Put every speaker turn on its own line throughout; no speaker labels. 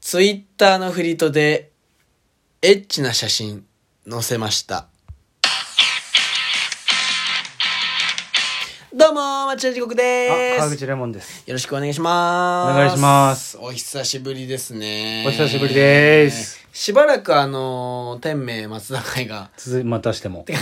ツイッターのフリートで、エッチな写真載せました。どうも、町田地獄で
あ、川
す。
口レモンです。
よろしくお願いします。
お願いします。
お久しぶりですね。
お久しぶりです。
しばらくあのー、天明松田会が、
続いまたしても
て。か、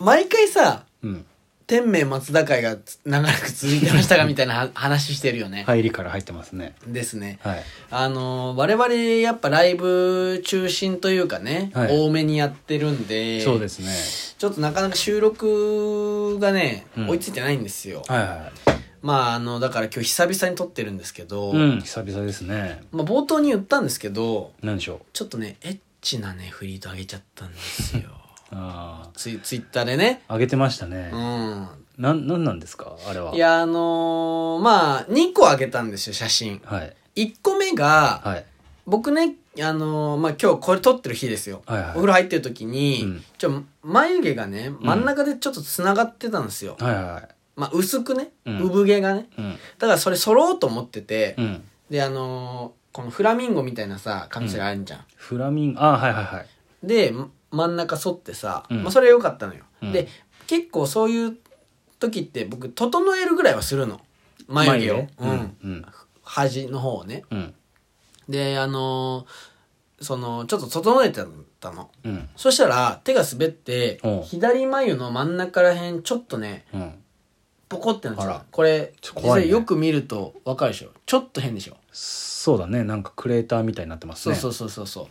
毎回さ、
うん。
天明松田会がつ長らく続いてましたがみたいなは話してるよね。
入りから入ってますね。
ですね。
はい。
あのー我々やっぱライブ中心というかね、
はい
多めにやってるんで
そうです
ちょっとなかなか収録がね、
うん
追いついてないんですよ、
ね。はいは
まああのだから今日久々に撮ってるんですけど、
い。うん、久々ですね。
まあ、冒頭に言ったんですけど
何でしょ
ちょっとねエッチなねフリートあげちゃったんです よ
う。あ
ツイツイッターでね
あ。上げてましたね
う。ん
なん、なんなんですかあれは。
い。やあのーまあ2個あげたんですよ写真
はい。
1個目が、
はい。
僕ね、あのーまあ、今日これ撮ってる日ですよ。
はいはい
お風呂入ってる時に、
うん
ちょ、眉毛がね、真ん中でちょっと繋がってたんですよ。
はいは
まあ、薄くね、
うん
産毛がね。
い。うん。
だからそれ揃おうと思ってて、
うん。
で、あのーこのフラミンゴみたいなさ、カムセラあるじゃん。
フラミンゴ、あはいはいはい。
で、ま真ん中反ってさ、
うん
まあ、それ良かったのよ。
うん
で、結構そういう時って僕、整えるぐらいはするの。眉毛を。
う
うんん。。
うん。
端の方をね。
うん。
で、あのーその、ちょっと整えてたの。
うん。
そしたら、手が滑って
うん、
左眉の真ん中らへん、ちょっとね、
うん。
ポコってなって
あ
た
ら。
これ、
ちょ
実
怖いね
際よく見るとわかるでしょ。ちょっと変でしょ。
そうだね。なんかクレーターみたいになってます
そう
ね。
そううそうそうそう。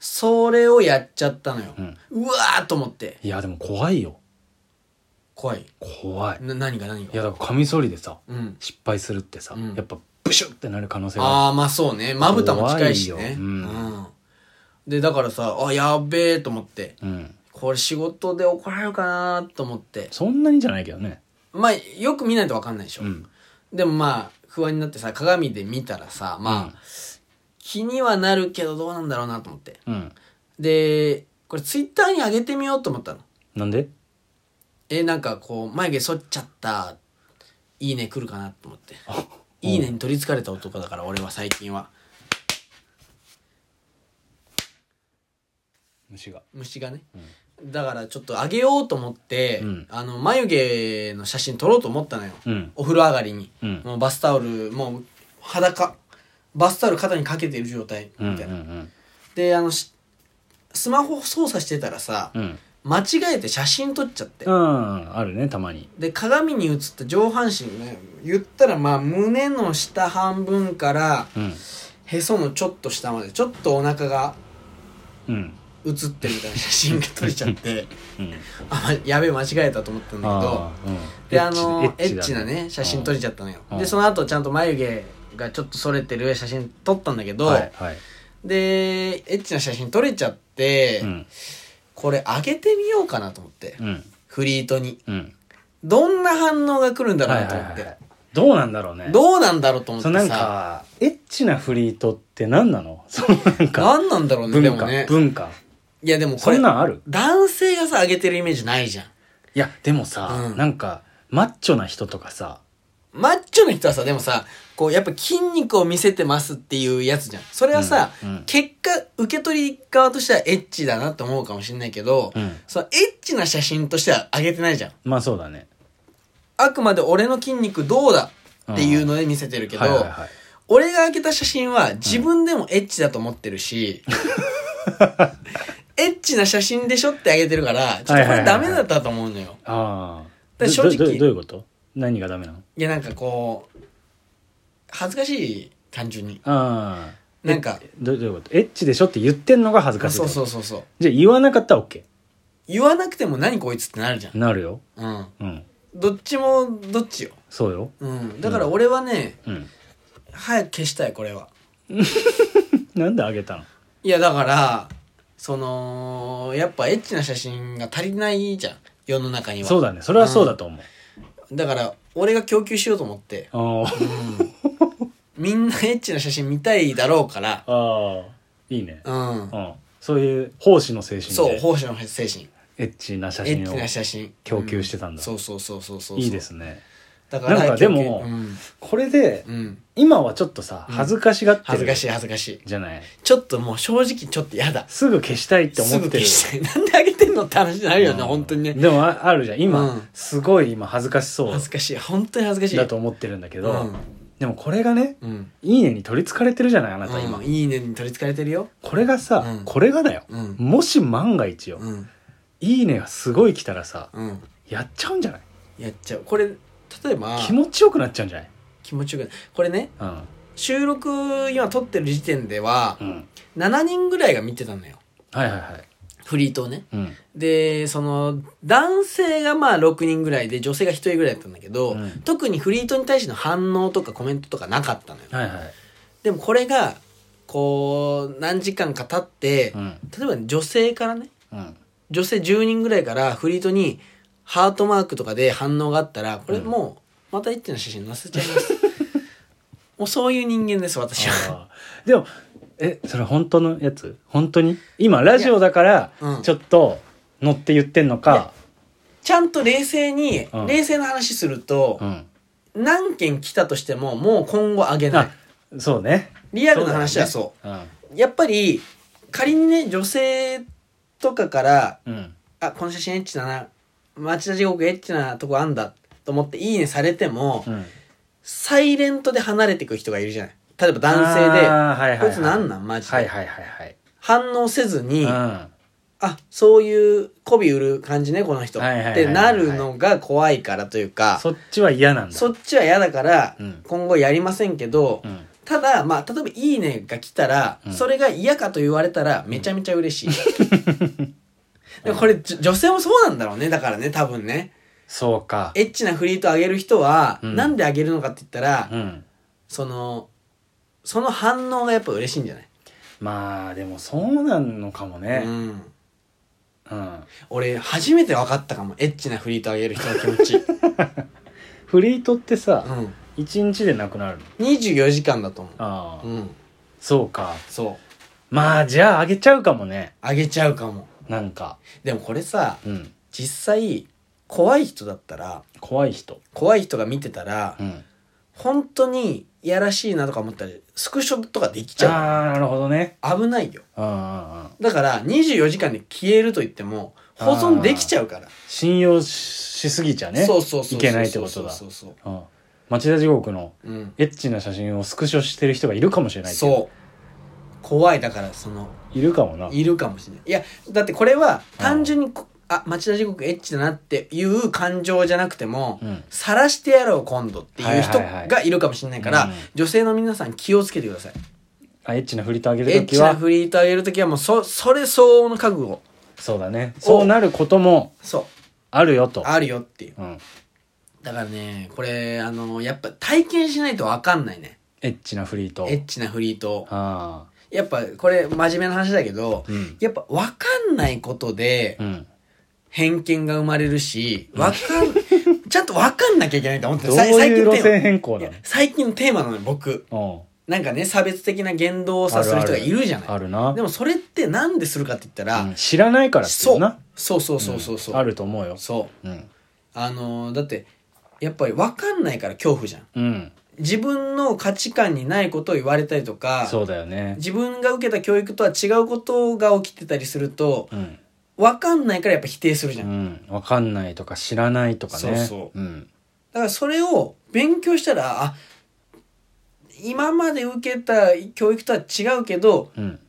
それをやっちゃったのよ。
ん。
うわーと思って。
いや、でも怖いよ。
怖い。
怖い。
な、何が何
いや、
が。
だからカミソリでさ、
うん。
失敗するってさ、
うん
やっぱブシュってなる可能性があ
あー、まあそうね。まぶたも近いし
怖い
ね
よ。うん
うんで、だからさ、あ、やべえと思って。
る。うん。
これ仕事で怒られるかなと思って。
そんなにじゃないけどね。
まあ、よく見ないとわかんないでしょ。
うん。
でもまあ不安になってさ鏡で見たらさまあ、気にはなるけどどうなんだろうなと思って
うん。
でこれツイッターに上げてみようと思ったの
なんで
えなんかこう眉毛剃っちゃったいいね来るかなと思って
うん
いいねに取りつかれた男だから俺は最近は
虫が。
虫がね、だからちょっと上げようと思って、
うん
あの眉毛の写真撮ろうと思ったのよ、
うん。
お風呂上がりに、
うん
もうバスタオルもう裸バスタオル肩にかけてる状態
う
み
ん。うん。
たいうな、
ん。
であのしスマホ操作してたらさ、
うん。
間違えて写真撮っちゃって、
うん。あるね、たまに。
で鏡に映った上半身ね言ったらまあ胸の下半分から
うん。
へそのちょっと下までちょっとお腹が
うん。
写ってるみたいな写真が撮れちゃって
うん。
あまやべえ間違えたと思ったんだけど
ーうん。
であのエッ
だ
チなね写真撮れちゃったのよ、
うん
でその後ちゃんと眉毛がちょっとそれてる写真撮ったんだけど、
はい。はい。
でエッチな写真撮れちゃって、
うん。
これ上げてみようかなと思って、
うん。
フリートに
うん。
どんな反応が来るんだろう
はい
なと
はい
思って、
はい。どうなんだろうね。う
どうなんだろうと思っ
そ
て
うなん
さ
か、エッチなフリートって何なのそうなんか、
何なんだろうねで
文
も
化、
ね
文化。
いやでもこ
そ
れ
んなんある
男性がさ上げてるイメージないじゃん
いや、でもさ
う、ん
なんか、マッチョな人とかさ、
マッチョの人はさでもさこうやっぱ筋肉を見せてますっていうやつじゃんそれはさ、
うんうん
結果受け取り側としてはエッチだなって思うかもしれないけど、
うん
そのエッチな写真としては上げてないじゃん
まあそうだね。
あくまで俺の筋肉どうだっていうので見せてるけど、
はいはいはい。
俺が開けた写真は自分でもエッチだと思ってるし、 エッチな写真でしょってあげてるから、ちょっとこれダメだったと思うのよ。
ああ。
だから正直
どどどういうこと何がダメなの
いや、なんかこう、恥ずかしい、単純に。
ああ。
なんか、
どどういうことエッチでしょって言ってんのが恥ずかしい。
そうそうそうそう。
じゃあ言わなかったら OK。
言わなくても何こいつってなるじゃん。
なるよ。
うん。
うん。
どっちもどっちよ。
そうよ。
うん。だから俺はね、
うん。
早く消したい、これは。
なんであげたの
いや、だから、その、やっぱエッチな写真が足りないじゃん。世の中には。
そうだね。それはそうだと思う。
だから、俺が供給しようと思 って、
あー
みんなエッチな写真見たいだろうから、
あー。いいね。
うん
う。ん。そういう奉仕の精神
そう、
で、
奉仕の精神。
エッチな写
エ
真
ッチ
を。
な写真。
供給してたんだ
うそうそうそうそうそう。
いいですね。
だから
なんかでも
うん
これで
うん、
今はちょっとさ
うん
恥ずかしがってる、
恥ずかしい恥ずかしい
じゃない
ちょっともう正直ちょっと嫌だ
すぐ消したいって思
す
っ
ぐ
て
消
る
したいなんであげて んのって話になるよね、
うん
本当にね
でもああるじゃん今、
うん
すごい今恥ずかしそう
恥ずかしい本当に恥ずかしい
だと思ってるんだけど、
うん
でもこれがね
うん
「いいね」に取りつかれてるじゃないあなた今、
うん、いいねに取りつかれてるよ
これがさ、
うん
これがだよ、
うん
もし万が一よ「
うん
いいね」がすごい来たらさ
うん
やっちゃうんじゃない
やっちゃうこれ例えば
気持ちよくなっちゃうんじゃない
気持ちよくないこれね
うん
収録今撮ってる時点では
うん
7人ぐらいが見てたのよ
はいはいはい
フリートをね
うん
でその男性がまあ6人ぐらいで女性が1人ぐらいだったんだけど、
うん
特にフリートに対しての反応とかコメントとかなかったのよ
はいはい
でもこれがこう何時間か経って、
うん
例えば女性からね
うん
女性10人ぐらいからフリートにハートマークとかで反応があったらこれもうまた一手の写真載せちゃいます もうそういう人間です私は
あーでもえそれ本当のやつ本当に今ラジオだから
いやうん
ちょっと乗って言ってんのか、
ちゃんと冷静に、
うん
冷静な話すると
う、ん、
何件来たとしてももう今後あげない
あそうね
リアルな話はそう
うだよね
やっぱり仮にね女性とかから
うんうん
「あこの写真エッチだな町田地獄エッチなとこあんだ」と思って「いいね」されても、
うん
サイレントで離れていく人がいるじゃない例えば男性で
あーはいはいはい
「こいつなんなんマジで」
はいはいはいはい
反応せずに「
うん
あそういう媚び売る感じねこの人」
はいはいはい
ってなるのが怖いからというか
そっちは嫌なんだ
そっちは嫌だから
うん
今後やりませんけど、
うん
ただ、まあ、例えば、いいねが来たら、
うん
それが嫌かと言われたら、めちゃめちゃ嬉しい。でもこれ、じょ女性もそうなんだろうね。だからね、多分ね。
そうか
エッチなフリートあげる人は、
うん
なんであげるのかって言ったら、
うん
その、その反応がやっぱ嬉しいんじゃない、
まあでもそうなんのかも
う
ね
ん。
うん、
俺、初めて分かったかも。エッチなフリートあげる人の気 持ち。う
フリートってさ
ん。
一日でなくなるの
24時間だと思
ああ、
う。うん。
そうか
そう。
まあじゃああげちゃうかもね
あげちゃうかも。
なんか
でもこれさ、
うん
実際、怖い人だったら、
怖い人
怖い人が見てたら、
うん
本当にいやらしいなとか思ったらスクショとかできちゃ
ああなるほどね
う危ないよ
うんうんうん
だから24時間で消えると言っても保存できちゃうから、
信用ししすぎちゃね
そうそうそうい
いけないってことだ
そうそう
うん、町田地獄の
そううん
エッチな写真をスクショしてる人がいるかもしれないってい
そう怖いだからその
いるかもない
るかもしれないいやだってこれは単純にこあ町田地獄エッチだなっていう感情じゃなくても、
うん
晒してやろう今度っていう人
はいはいはい
がいるかもしれないから、
うん
女性の皆さん気をつけてください
あエッチなフリートあげ
エ
る
ッ
とき
チな
は
フリーターをやるときはもうそそれ相応の覚悟
そうだねそうなることも
そう
あるよと
あるよっていう
うん
だからねこれあのやっぱ体験しないと分かんないね
エッチなフリート
エッチなフリート
あ
やっぱこれ真面目な話だけど
あうん
やっぱ分かんないことで
うん
偏見が生まれるし分か んちゃんと分かんなきゃいけないと思って
ど
る
う
さ
いう路
テー
線変更
マい
な
や最近のテーマなのよ僕
の
なんかね差別的な言動をさ
ある
する
ある
人がいるじゃ
う
ない
んあるな
でもそれってなんでするかって言ったら、
うん知らないからってい
そう
な
うそうそうそうそうそう、
んあると思うよ
そう
うん
あのだってやっぱり分かんないから恐怖じゃん
うん
自分の価値観にないことを言われたりとか
そうだよね
自分が受けた教育とは違うことが起きてたりすると
うん
分かんないからやっぱ否定するじ
う
ゃん、だ
んわかんないとか知らないとかね
そうそう
うん
からそれを勉強したらあ今まで受けた教育とは違うけど
うん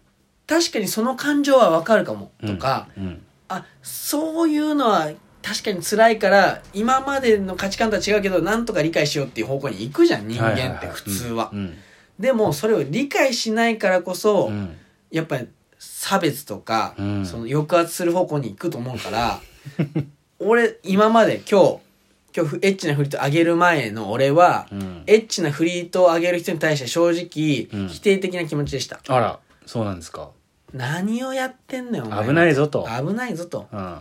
確かにその感情は分かるかもとか、
うん
あそういうのは確かに辛いから今までの価値観とは違うけどなんとか理解しようっていう方向に行くじゃん人
はい
間っ
はい
て
はい
普通は
う。ん
でもそれを理解しないからこそ、
うん
やっぱり差別とか、
うん
その抑圧する方向に行くと思うから 俺今まで今日今日エッチなフリートあげる前の俺は、
うん
エッチなフリートをあげる人に対して正直、
うん
否定的な気持ちでした
あらそうなんですか
何をやってんのよお前は
危ないぞと
危ないぞと
うん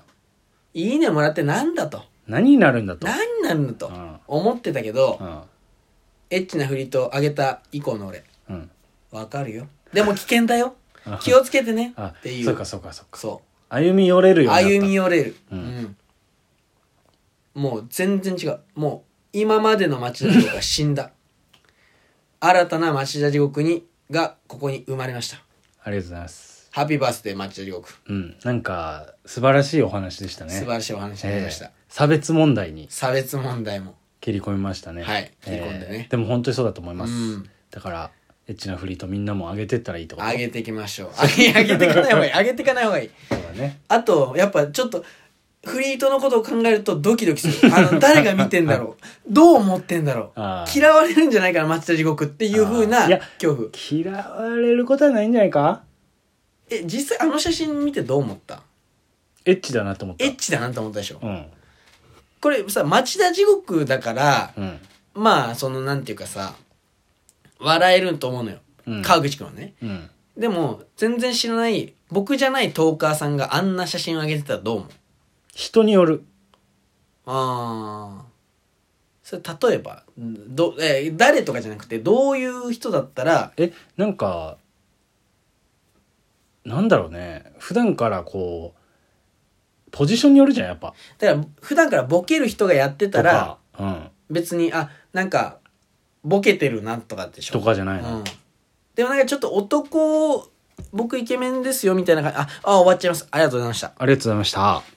いいねもらってなんだと
何になるんだと
何なんだと
うん
思ってたけど、
うん
エッチなフリートをあげた以降の俺
うん
わかるよでも危険だよ
あ
気をつけてね
あ
っていう
そうかそうかそうか
そう
歩み寄れるようになった
歩み寄れる、
うん
うんもう全然違うもう今までの町田地獄が死んだ。新たな町田地獄に、がここに生まれました。
ありがとうございます。
ハッピーバースデー町田地獄。
うん。なんか、素晴らしいお話でしたね。
素晴らしいお話になりました。
ええ差別問題に
差別問題も。
切り込みましたね。
はい切り込んでね
ええでも本当にそうだと思います。
うん
だから、エッチなフリートみんなも上げてったらいいってこと
上げていきましょう。 上げ、上げていかない方がいい。上げていかない方がいい。
そうだね。
あと、やっぱちょっと、フリートのことを考えるとドキドキす る。あの、誰が見てんだろう。どう思ってんだろ
あ
う。
ー
嫌われるんじゃないかな、町田地獄っていう風
あー
ない
や
恐怖。
嫌われることはないんじゃないか
え、実際あの写真見てどう思った
エッチだなと思った。
エッチだなと思ったでしょ。
うん。
これさ、町田地獄だから、
うん。
まあ、その、なんていうかさ、笑えると思うのよ。
うん
川口くんはね。
うん。
でも、全然知らない、僕じゃないトーカーさんがあんな写真を上げてたらどう思う
人による。
ああ。それ、例えば、ど、えー誰とかじゃなくて、どういう人だったら、
え、なんか、なんだろうね。普段からこう、ポジションによるじゃん、やっぱ。
だから、普段からボケる人がやってたら、
とか、うん。
別に、あ、なんか、ボケてるなとかでしょ。
とかじゃないの。
うん。でもなんかちょっと男、僕イケメンですよみたいな感じ、あ、あ、終わっちゃいます。ありがとうございました。
ありがとうございました。